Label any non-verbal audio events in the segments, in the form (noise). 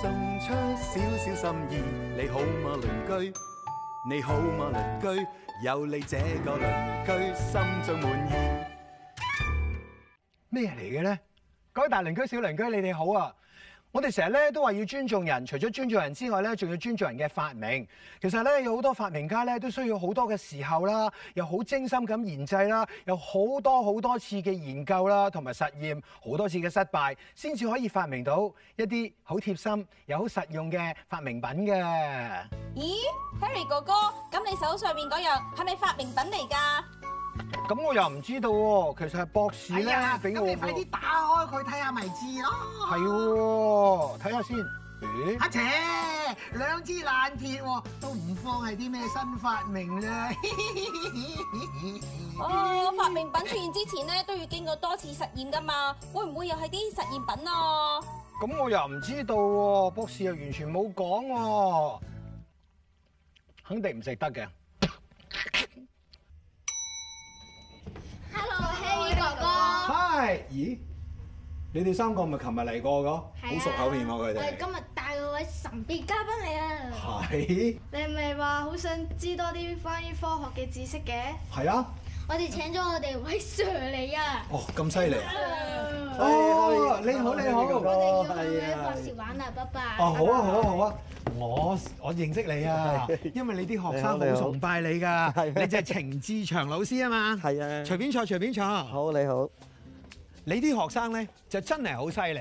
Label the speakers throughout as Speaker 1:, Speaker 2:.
Speaker 1: 送出少少心意，你好嗎鄰居？你好嗎鄰居？有你這個鄰居，心中滿意。
Speaker 2: 咩嚟嘅咧？各位大鄰居、小鄰居，你哋好啊！我哋成日咧都話要尊重人，除咗尊重人之外咧，仲要尊重人嘅發明。其實咧有好多發明家咧都需要好多嘅時候啦，又好精心咁研製啦，有好多好多次嘅研究啦，同埋實驗好多次嘅失敗，先至可以發明到一啲好貼心又好實用嘅發明品嘅。
Speaker 3: 咦，Harry 哥哥，咁你手上面嗰樣係咪發明品嚟㗎？
Speaker 2: 咁我又唔知道喎，其實係博士咧俾我。
Speaker 4: 哎咁你快啲打開佢睇下咪知咯。
Speaker 2: 係啊喎，睇下先。
Speaker 4: 阿姐，兩支爛鐵喎，都唔慌係啲咩新發明咧？
Speaker 5: 嗯
Speaker 3: 哦，發明品出現之前咧，都要經過多次實驗㗎嘛，會唔會又係啲實驗品啊？
Speaker 2: 咁我又唔知道喎，博士又完全冇講喎，肯定唔食得嘅。
Speaker 5: Hello，Harry 哥哥。
Speaker 2: Hi，咦？你哋三個咪琴日嚟過㗎？好熟口面喎佢
Speaker 5: 啊
Speaker 2: 哋
Speaker 5: 我哋。今日帶嗰位神秘嘉賓嚟啊！
Speaker 2: 係
Speaker 5: 你係咪話好想知多啲關於科學嘅知識嘅？
Speaker 2: 係啊！
Speaker 5: 我哋請咗我哋位 Sir 嚟啊！
Speaker 2: 哦，咁犀利啊！
Speaker 5: 我
Speaker 2: 哦，你好你好。
Speaker 5: 哋要去咩博士玩啊，爸爸。
Speaker 2: 哦，好啊，好啊，好啊！我我認識你 (laughs) 啊，因為你啲學生好崇拜你㗎，你就係程志祥老師啊嘛。
Speaker 6: 係啊
Speaker 2: 隨便坐，隨便坐。
Speaker 6: 好，你好，
Speaker 2: 你啲學生咧就真係好犀利。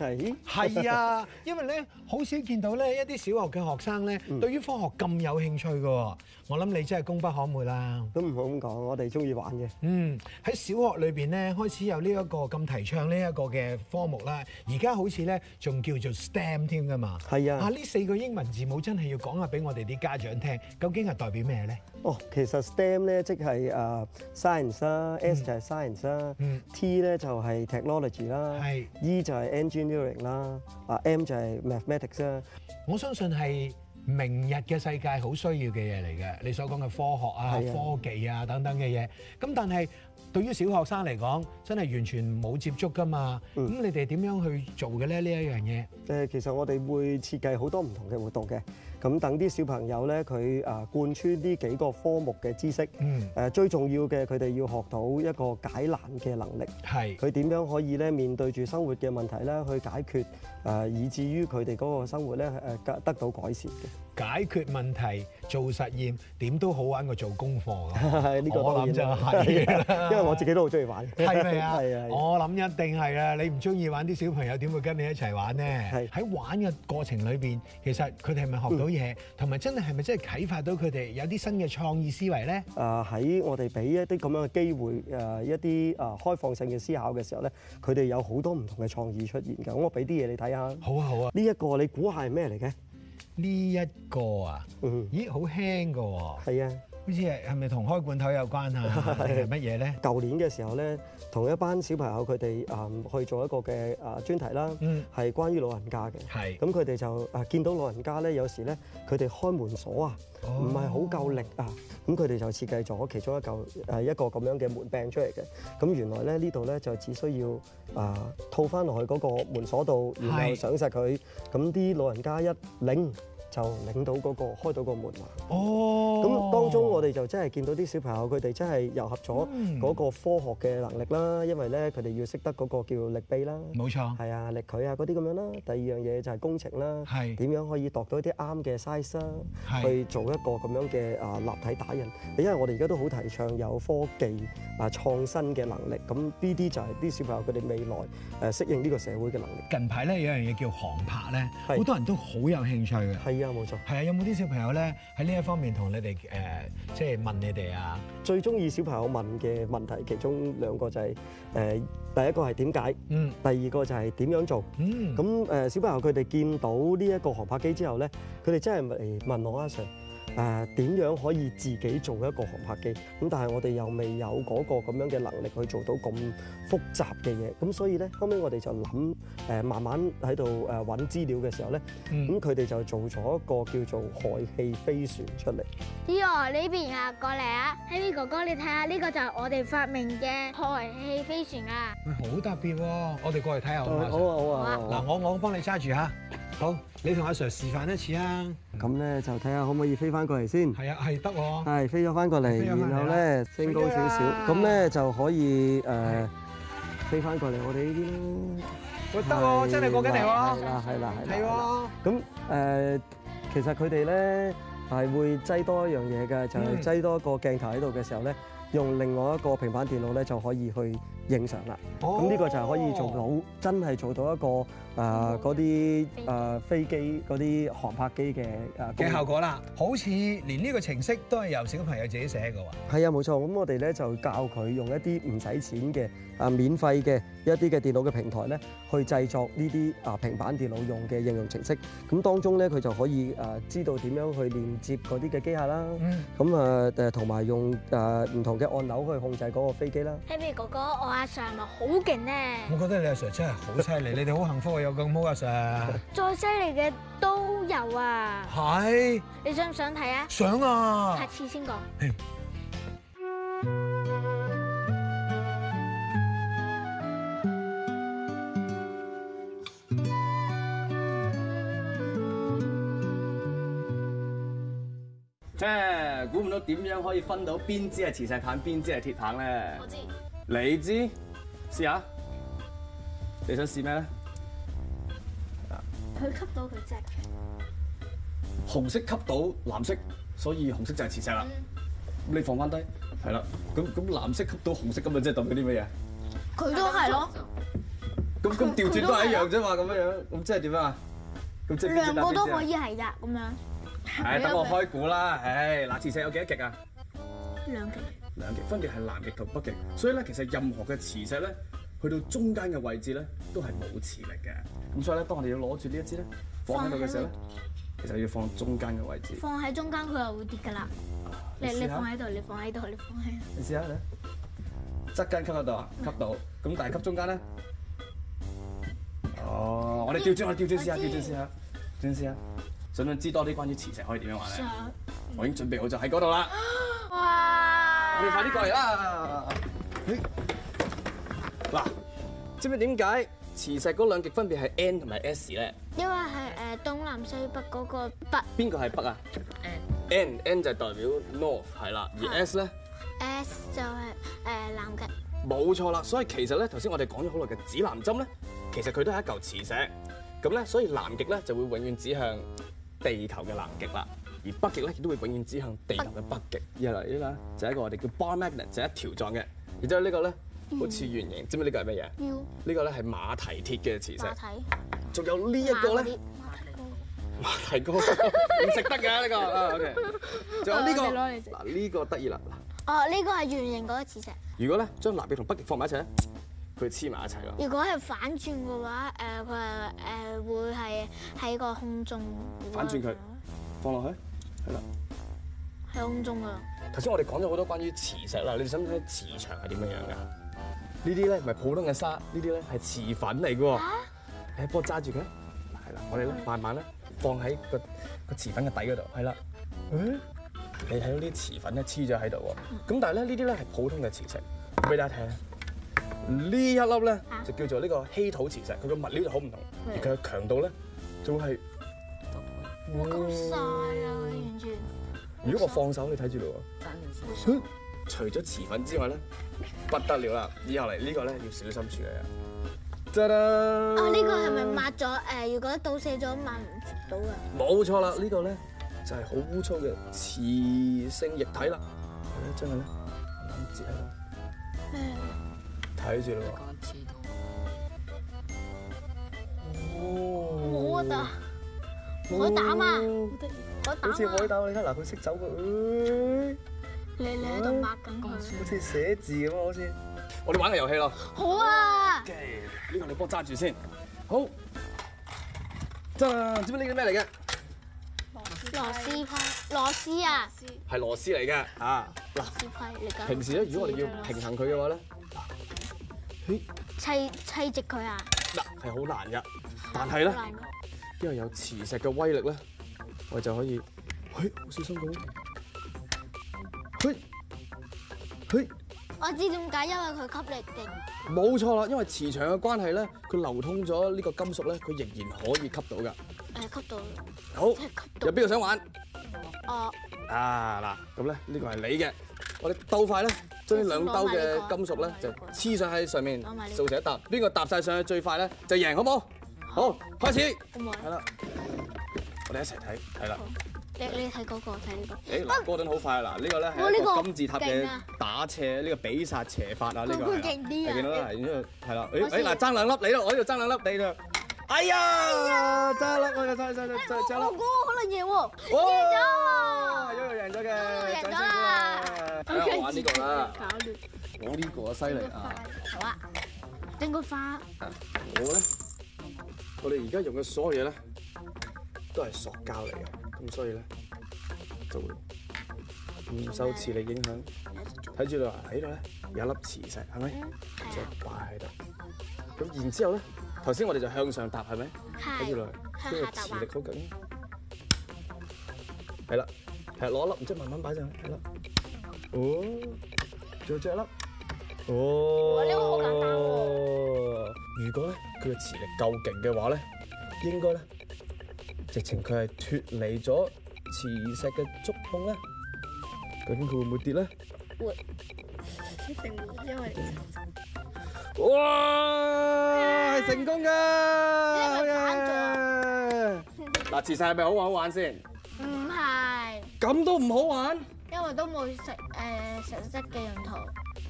Speaker 6: 係
Speaker 2: 係啊，
Speaker 6: (laughs)
Speaker 2: 因為咧好少見到咧一啲小學嘅學生咧，
Speaker 6: 嗯
Speaker 2: 對於科學咁有興趣嘅喎。我諗你真係功不可沒啦。
Speaker 6: 都唔好咁講，我哋中意玩嘅，
Speaker 2: 嗯，喺小學裏邊咧開始有呢一個咁提倡呢一個嘅科目啦。而家好似咧仲叫做 STEM 添㗎嘛。
Speaker 6: 係啊
Speaker 2: 啊，呢四個英文字母真係要講下俾我哋啲家長聽，究竟係代表咩咧？
Speaker 6: 哦，其實 STEM 咧即係誒 science 啦，S 就係 science 啦
Speaker 2: 嗯
Speaker 6: ，T 咧就係 technology 啦
Speaker 2: 係
Speaker 6: ，E 就係 engineering 啦，啊 M 就係 mathematics 啦。
Speaker 2: 我相信係明日嘅世界好需要嘅嘢嚟嘅，你所講嘅科學啊、
Speaker 6: 係啊
Speaker 2: 科技啊等等嘅嘢。咁但係對於小學生嚟講，真係完全冇接觸噶嘛。咁、
Speaker 6: 嗯
Speaker 2: 你哋點樣去做嘅咧？呢一樣嘢
Speaker 6: 誒，其實我哋會設計好多唔同嘅活動嘅，咁等啲小朋友咧，佢誒貫穿呢幾個科目嘅知識，誒、
Speaker 2: 嗯
Speaker 6: 最重要嘅佢哋要學到一個解難嘅能力。
Speaker 2: 係
Speaker 6: 佢點樣可以咧面對住生活嘅問題咧，去解決誒、呃以至於佢哋嗰個生活咧誒得得到改善嘅。 (laughs)
Speaker 2: 解決問題、做實驗，點都好玩過做功課㗎。
Speaker 6: (laughs) 呢個
Speaker 2: 我
Speaker 6: 當
Speaker 2: 諗就
Speaker 6: 然啦
Speaker 2: 係啦
Speaker 6: (laughs) 因為我自己都好中意玩。
Speaker 2: 係咪啊？
Speaker 6: (laughs) 係啊係啊。
Speaker 2: 我諗一定係啦。你唔中意玩啲小朋友，點會跟你一齊玩呢？
Speaker 6: 係
Speaker 2: 喺玩嘅過程裏邊，其實佢哋係咪學到嘢，同埋真係係咪真係啟發到佢哋有啲新嘅創意思維呢？
Speaker 6: 誒喺我哋俾一啲咁樣嘅機會誒、呃一啲誒、呃、開放性嘅思考嘅時候咧，佢哋有好多唔同嘅創意出現嘅。咁我俾啲嘢你睇下，呢
Speaker 2: 好啊好啊，
Speaker 6: 一、個你估下係咩嚟嘅？
Speaker 2: 呢一個啊，
Speaker 6: (laughs) 嗯，
Speaker 2: 咦好輕噶喎，
Speaker 6: 係啊。
Speaker 2: 好似係係咪同開罐頭有關啊？定係乜嘢咧？
Speaker 6: 舊年嘅時候咧，同一班小朋友佢哋嗯誒去做一個嘅誒專題啦，係、
Speaker 2: 嗯
Speaker 6: 關於老人家嘅。
Speaker 2: 係
Speaker 6: 咁佢哋就啊見到老人家咧，有時咧佢哋開門鎖啊，
Speaker 2: 哦
Speaker 6: 唔係好夠力啊，咁佢哋就設計咗其中一嚿誒一個咁樣嘅門柄出嚟嘅。咁原來咧呢度咧就只需要啊套翻落去嗰個門鎖度，然後
Speaker 2: 係
Speaker 6: 上實佢，咁啲老人家一擰就擰到嗰、個開到個門啦。
Speaker 2: 哦，
Speaker 6: 咁當中我哋就真係見到啲小朋友佢哋真係糅合咗嗰個科學嘅能力啦，因為咧佢哋要識得嗰個叫力臂啦。
Speaker 2: 冇錯，
Speaker 6: 係啊，力佢啊嗰啲咁樣啦。第二樣嘢就係工程啦，
Speaker 2: 係
Speaker 6: 點樣可以度到啲啱嘅 size 啦，
Speaker 2: 係
Speaker 6: 去做一個咁樣嘅啊立體打印。因為我哋而家都好提倡有科技啊創新嘅能力，咁呢啲就係啲小朋友佢哋未 à, 來誒適應呢個社會嘅能力。
Speaker 2: 近排咧有一樣嘢叫航拍咧，
Speaker 6: 係
Speaker 2: 好多人都好有興趣嘅。
Speaker 6: 係係啊，冇錯。
Speaker 2: 係啊，有冇啲小朋友咧喺呢一方面同你哋誒、呃即係問你哋啊？
Speaker 6: 最中意小朋友問嘅問題，其中兩個就係、誒、第一個係點解，
Speaker 2: 嗯
Speaker 6: 第二個就係點樣做。
Speaker 2: 嗯，
Speaker 6: 咁誒、小朋友佢哋見到呢一個航拍機之後咧，佢哋真係嚟問我阿 Sir 誒點樣可以自己做一個航拍機？咁但係我哋又未有嗰個咁樣嘅能力去做到咁複雜嘅嘢，咁所以咧後尾我哋就諗誒、慢慢喺度誒揾資料嘅時候咧，咁
Speaker 2: 嗯
Speaker 6: 佢哋就做咗一個叫做氦氣飛船出嚟。
Speaker 7: 依我呢邊啊，過嚟啊，Harry 哥哥，你睇下呢個就係我哋發明嘅氦氣飛船啊！
Speaker 2: 喂好特別喎、我哋過嚟睇下好唔好啊
Speaker 6: 好啊好啊好
Speaker 2: 嗱，
Speaker 6: 啊！
Speaker 2: 我我幫你揸住嚇，好，你同阿 Sir 示範一次啊。
Speaker 6: 咁咧就睇下可唔可以飛翻過嚟先。
Speaker 2: 係啊，係得喎。
Speaker 6: 係飛咗翻過嚟，
Speaker 2: 飛咗返嚟
Speaker 6: 然後咧升高少少，咁咧就可以誒飛翻過嚟我哋呢
Speaker 2: 喂，
Speaker 6: 啲
Speaker 2: 得
Speaker 6: 咯。
Speaker 2: 喎，真係過緊嚟
Speaker 6: 係
Speaker 2: 喎。
Speaker 6: 啦係啦係啦
Speaker 2: 係。喎。
Speaker 6: 咁誒，其實佢哋咧係會擠多一樣嘢嘅，就
Speaker 2: 嗯
Speaker 6: 係擠多一個鏡頭喺度嘅時候咧，用另外一個平板電腦咧就可以去影相啦。咁呢個就係可以做
Speaker 2: 哦。
Speaker 6: 到，真係做到一個誒嗰啲誒飛機嗰啲航拍機嘅誒功
Speaker 2: 嘅
Speaker 6: 能
Speaker 2: 效果啦，好似連呢個程式都係由小朋友自己寫嘅喎。
Speaker 6: 係啊，冇錯。咁我哋咧就教佢用一啲唔使錢嘅啊免費嘅一啲嘅電腦嘅平台咧，去製作呢啲啊平板電腦用嘅應用程式。咁當中咧，佢就可以誒、啊知道點樣去連接嗰啲嘅機械啦。
Speaker 2: 嗯，
Speaker 6: 咁啊誒，同埋用誒啊唔、同嘅按鈕去控制嗰個飛機啦。
Speaker 7: Happy 哥哥，我阿 Sir 係咪好勁
Speaker 2: 我
Speaker 7: 呢？
Speaker 2: 覺得你阿 Sir 真係好犀
Speaker 6: (laughs)
Speaker 2: 利，你哋好幸福啊，有咁好阿 Sir。
Speaker 7: 再犀利嘅都有啊！
Speaker 2: 係，
Speaker 7: 你想唔想睇啊？
Speaker 2: 想
Speaker 7: 下
Speaker 2: 啊。
Speaker 7: 次先講。
Speaker 8: 即係估唔到點樣可以分到邊支係磁石棒，邊支係鐵棒咧
Speaker 5: 我？知，
Speaker 8: 你知？試下，你想試咩咧？
Speaker 5: 佢吸到佢隻嘅，
Speaker 8: 紅色吸到藍色，所以紅色就係磁石啦。
Speaker 5: 嗯
Speaker 8: 咁你放翻低，係啦。咁咁藍色吸到紅色，咁咪即係代表啲乜嘢？
Speaker 5: 佢都係咯，
Speaker 8: 咁咁調轉都係一樣啫嘛，咁樣樣，咁即係點啊？咁即係邊支打
Speaker 5: 啊兩個都
Speaker 8: 邊支啊
Speaker 5: 可以係㗎咁樣，
Speaker 8: 唉，等我開估啦。唉，嗱，磁石有幾多極啊？
Speaker 5: 兩極。
Speaker 8: 兩極，分別係南極同北極。所以咧，其實任何嘅磁石咧，去到中間嘅位置咧，都係冇磁力嘅。咁所以咧，當我哋要攞住呢一支咧，放喺度嘅時候咧，其實要放中間嘅位置。
Speaker 5: 放喺中間佢又會跌㗎啦。你
Speaker 8: 試
Speaker 5: 你
Speaker 8: 下
Speaker 5: 放喺度，你放喺度，你放喺度，
Speaker 8: 你試下咧，側間吸得到啊，吸到。咁但係吸中間咧，哦，我哋調轉，我哋調轉試下，
Speaker 5: 我
Speaker 8: 調
Speaker 5: 知
Speaker 8: 轉試下，調轉試下。想唔想知多啲關於磁石可以點樣玩咧？
Speaker 5: 上
Speaker 8: 我已經準備好就喺嗰度啦，
Speaker 5: 哇！
Speaker 8: 我哋快啲過嚟啦！嗱，知唔知點解磁石嗰兩極分別係 N 同埋 S 咧？
Speaker 7: 因為係誒東南西北嗰個北
Speaker 8: 邊個係北啊？N N 就係代表 North 係啦，而 S 咧
Speaker 7: S 就係誒南極。
Speaker 8: 冇錯啦。所以其實咧，頭先我哋講咗好耐嘅指南針咧，其實佢都係一嚿磁石。咁咧，所以南極咧就會永遠指向地球嘅南極啦，而北極咧亦都會永遠指向地球嘅北極。而嚟呢啦，就係一個我哋叫 bar magnet，就係一條狀嘅。然之後呢個咧好似圓形，知唔知呢個係乜嘢？
Speaker 7: U
Speaker 8: 呢個咧係馬蹄鐵嘅磁
Speaker 7: 嗯馬
Speaker 8: 石，
Speaker 7: 蹄
Speaker 8: 仲有呢一
Speaker 7: 馬
Speaker 8: 個
Speaker 7: 嗰
Speaker 8: 咧
Speaker 7: 啲
Speaker 8: 馬 (laughs) 蹄哥唔食得㗎呢個啊，OK，仲有呢個
Speaker 5: 我哋攞嚟食
Speaker 8: 嗱呢個得意啦嗱。
Speaker 7: 哦，呢個係圓形嗰個磁石。
Speaker 8: 如果咧將南極同北極放埋一齊咧，佢黐埋一齊咯。
Speaker 7: 如果係反轉嘅話，誒佢係誒會係喺個空中嗰個
Speaker 8: 反轉佢放落去，係啦。
Speaker 7: 喺空中啊！
Speaker 8: 頭先我哋講咗好多關於磁石啦，你哋想唔想睇磁場係點樣樣㗎？呢啲咧唔係普通嘅沙，呢啲咧係磁粉嚟嘅喎。你幫我揸住佢，係啦，我哋咧慢慢咧放喺個個磁粉嘅底嗰度，係啦。嗯，你睇到呢啲磁粉咧黐咗喺度喎。咁但係咧呢啲咧係普通嘅磁石，俾大家睇下。呢一粒咧就叫做呢個稀土磁石，佢個物料就好唔同，而佢嘅強度咧就會係。哦
Speaker 7: 哇咁曬啊！佢完全
Speaker 8: 如果我放手，你睇住咯喎。哼除咗磁粉之外咧，不得了啦！以後嚟呢個咧要小心處理啊！咋啦！
Speaker 7: 哦，
Speaker 8: 哦
Speaker 7: 呢個係咪抹咗誒？如果倒瀉咗抹唔到啊？
Speaker 8: 冇錯啦，呢個咧就係好污糟嘅磁性液體啦。係咧，真係咧，諗住喺啊度睇住咯喎。
Speaker 7: 冇
Speaker 8: 哦
Speaker 7: 啊！海膽啊
Speaker 8: 哦
Speaker 7: 海
Speaker 6: 嗯
Speaker 8: 好似海
Speaker 7: 膽啊，
Speaker 8: 膽，你睇嗱，佢識走個，哎
Speaker 7: 你你喺度抹緊佢。
Speaker 8: 好似寫字咁啊，好似。我哋玩個遊戲咯。
Speaker 7: 好啊，
Speaker 8: 呢個你幫我揸住先。好。真，知唔知呢個咩嚟嘅？
Speaker 7: 螺絲批，螺絲啊，
Speaker 8: 係螺絲嚟嘅啊！嗱，
Speaker 7: 螺絲批，你
Speaker 8: 平時咧，如果我哋要平衡佢嘅話咧，
Speaker 7: 砌砌直佢啊，
Speaker 8: 嗱係好難嘅。但係咧，
Speaker 7: 好難㗎
Speaker 8: 因為有磁石嘅威力咧，我哋就可以，嘿，好小心咁，嘿，嘿。
Speaker 7: 我知點解，因為佢吸力勁。
Speaker 8: 冇錯啦，因為磁場嘅關係咧，佢流通咗呢個金屬咧，佢仍然可以吸到㗎。
Speaker 7: 誒吸到，
Speaker 8: 好，
Speaker 7: 即係吸
Speaker 8: 有邊個想玩？
Speaker 7: 到哦，
Speaker 8: 啊嗱，咁咧呢個係你嘅，我哋鬥快咧，將呢兩兜嘅金屬咧就黐上喺上面
Speaker 7: 攞埋呢，個
Speaker 8: 做成一沓。邊個搭晒上去最快咧就贏，好冇？好，開始。
Speaker 7: 我冇
Speaker 8: 係啦，我哋一齊睇，係啦。
Speaker 7: 你你睇嗰個，我睇呢個。
Speaker 8: 誒嗱，哥頓好快啦，嗱呢個咧
Speaker 7: 哇
Speaker 8: 係
Speaker 7: 呢
Speaker 8: 一
Speaker 7: 個
Speaker 8: 個金字塔
Speaker 7: 勁
Speaker 8: 嘅
Speaker 7: 啊
Speaker 8: 打斜呢個比薩斜法啊，呢個
Speaker 7: 佢
Speaker 8: 係
Speaker 7: 佢
Speaker 8: 啦
Speaker 7: 勁啲啊
Speaker 8: 你見到啦，然之後係啦，誒
Speaker 7: 我
Speaker 8: 誒
Speaker 7: 先
Speaker 8: 嗱爭兩粒你啦，我呢度爭兩粒你啦，哎呀爭粒我就爭爭爭爭爭
Speaker 7: 我
Speaker 8: 粒
Speaker 7: 估，我可能贏喎，
Speaker 8: 哇！一路贏咗嘅，
Speaker 7: Yoyo 贏咗啦
Speaker 8: 啦！睇下我玩呢個啦，我呢個犀利啊！
Speaker 7: 好啊，整個花，
Speaker 8: 我咧，我哋而家用嘅所有嘢咧，都係塑膠嚟嘅，咁所以咧就會唔受磁力影響。睇住你話喺度咧有一粒磁石，係咪？
Speaker 7: 係啊，
Speaker 8: 就擺喺度。咁然之後咧，頭先我哋就向上搭，係咪？睇住
Speaker 7: 係
Speaker 8: 落去，因為磁力好緊。係啦，係攞一粒，然之後慢慢擺上去，係啦。哦，仲有最後一粒。哦，
Speaker 7: 哇呢個好簡單
Speaker 8: 如果咧佢嘅磁力夠勁嘅話咧，應該咧，直情佢係脱離咗磁石嘅觸碰咧，究竟佢會唔會跌咧？
Speaker 5: 一定會因為
Speaker 8: 哇，係成功噶！好
Speaker 7: 因為佢反咗
Speaker 8: 嘢！嗱，磁石係咪好玩好玩先？
Speaker 7: 唔係，
Speaker 8: 咁都唔好玩？
Speaker 7: 因為都冇食誒實質嘅用途。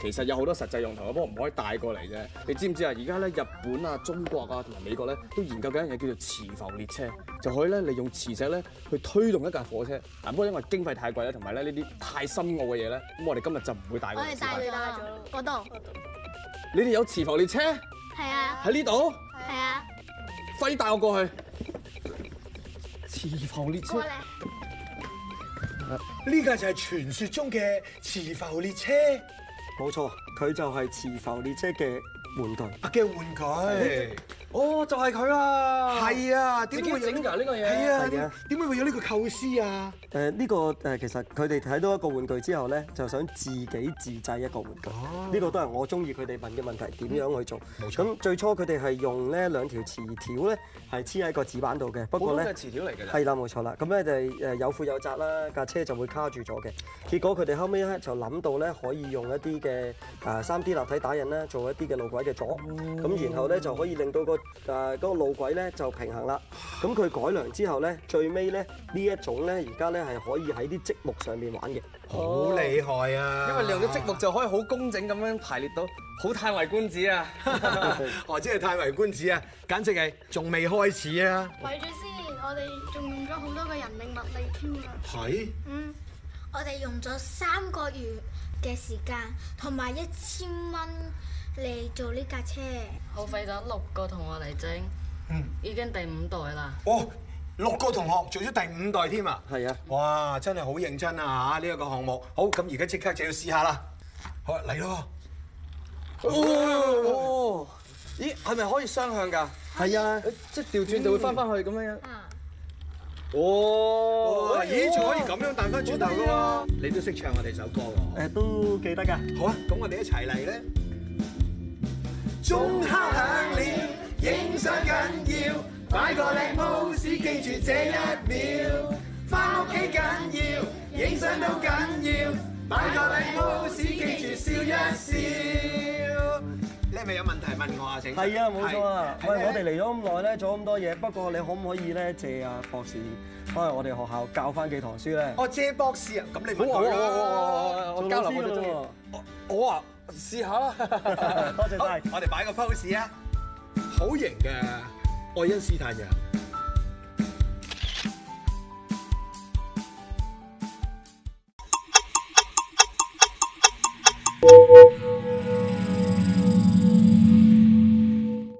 Speaker 8: 其實有好多實際用途，不過唔可以帶過嚟啫。你知唔知啊？而家咧日本啊、中國啊同埋美國咧都研究緊一樣嘢叫做磁浮列車，就可以咧利用磁石咧去推動一架火車。嗱，不過因為經費太貴啦，同埋咧呢啲太深奧嘅嘢咧，咁我哋今日就唔會帶
Speaker 7: 我
Speaker 8: 過
Speaker 7: 哋
Speaker 8: 嚟。
Speaker 7: 帶咗嗰度，
Speaker 8: 你哋有磁浮列車喺
Speaker 7: 係啊，
Speaker 8: 呢度，
Speaker 7: 係啊，
Speaker 8: 揮帶我過去。磁浮列車
Speaker 7: 過。嚟。
Speaker 2: 呢架就係傳說中嘅磁浮列車
Speaker 6: 冇錯，佢就係磁浮列車嘅玩具。
Speaker 2: 啊嘅玩具。
Speaker 8: 哦，就係佢啦係
Speaker 2: 係啊，點
Speaker 8: 點
Speaker 2: 會
Speaker 8: 會
Speaker 2: 有
Speaker 8: 整㗎呢個嘢？
Speaker 2: 係啊，
Speaker 6: 係
Speaker 2: 點
Speaker 6: 嘅
Speaker 2: 點會會有呢個構思啊？
Speaker 6: 誒、呢、個誒、其實佢哋睇到一個玩具之後咧，就想自己自製一個玩具。
Speaker 8: 哦
Speaker 6: 呢、個都係我中意佢哋問嘅問題，點樣去做？咁最初佢哋係用呢兩條磁條咧，係黐喺個紙板度嘅。不
Speaker 8: 普通
Speaker 6: 過
Speaker 8: 嘅
Speaker 6: 咧。
Speaker 8: 磁條嚟㗎咋。
Speaker 6: 係啦，冇錯啦。咁咧就誒有闊有窄啦，架車就會卡住咗嘅。結果佢哋後尾咧就諗到咧可以用一啲嘅誒三 D 立體打印啦，做一啲嘅路軌嘅阻。咁、然後咧就可以令到個誒啊嗰個路軌咧就平衡啦。咁佢改良之後咧，最尾咧呢一種咧而家咧係可以喺啲積木上面玩嘅。
Speaker 2: 好厲害啊！
Speaker 8: 因為利用咗積木就可以好工整咁樣排列到，好嘆為觀止 (laughs) 啊！
Speaker 2: 何哦止係太為觀止啊，簡直係仲未開始啊！
Speaker 5: 咪住先，我哋仲用咗好多嘅人力物力添啊！
Speaker 2: 係
Speaker 7: 嗯，我哋用咗三個月嘅時間，同埋一千蚊嚟做呢架車。
Speaker 9: 耗費咗六個同學嚟整，已經第五代啦。
Speaker 2: 哦，六個同學做咗第五代添啊！
Speaker 6: 係啊，
Speaker 2: 哇，真係好認真啊！嚇呢一個項目，好咁而家即刻就要試下啦。好嚟咯！
Speaker 8: 哦，咦，係咪可以雙向㗎？
Speaker 6: 係啊，
Speaker 8: 誒即係調轉就會翻翻去咁樣樣。
Speaker 7: 啊，
Speaker 8: 哦
Speaker 2: 哇，咦，仲可以咁樣彈翻轉頭㗎喎！你都識唱我哋首歌喎。
Speaker 6: 誒都記得㗎。
Speaker 2: 好啊，咁我哋一齊嚟咧。鐘敲響了，影相緊要，擺個靚 pose，記住這一秒。翻屋企緊要，影相都緊要，擺個靚 pose，記住笑一笑。你係咪有問題問我啊？整
Speaker 6: 係啊，冇錯啊！喂，我哋嚟咗咁耐咧，做咗咁多嘢，不過你可唔可以咧借啊博士翻嚟我哋學校教翻幾堂書咧？
Speaker 2: 我借博士啊，咁你
Speaker 8: 好
Speaker 2: 問
Speaker 8: 啊好
Speaker 2: 佢
Speaker 8: 啊好啊
Speaker 2: 啦。
Speaker 8: 好啊好啊！我交流我
Speaker 6: 做老
Speaker 8: 最中
Speaker 6: 師
Speaker 8: 意
Speaker 6: 咯。
Speaker 8: 我啊，試下啦。
Speaker 6: (laughs) 多謝晒。
Speaker 2: 我哋擺個 pose 啊，好型嘅愛因斯坦樣。
Speaker 8: Hãy subscribe cho kênh Ghiền Mì Gõ Để không bỏ lỡ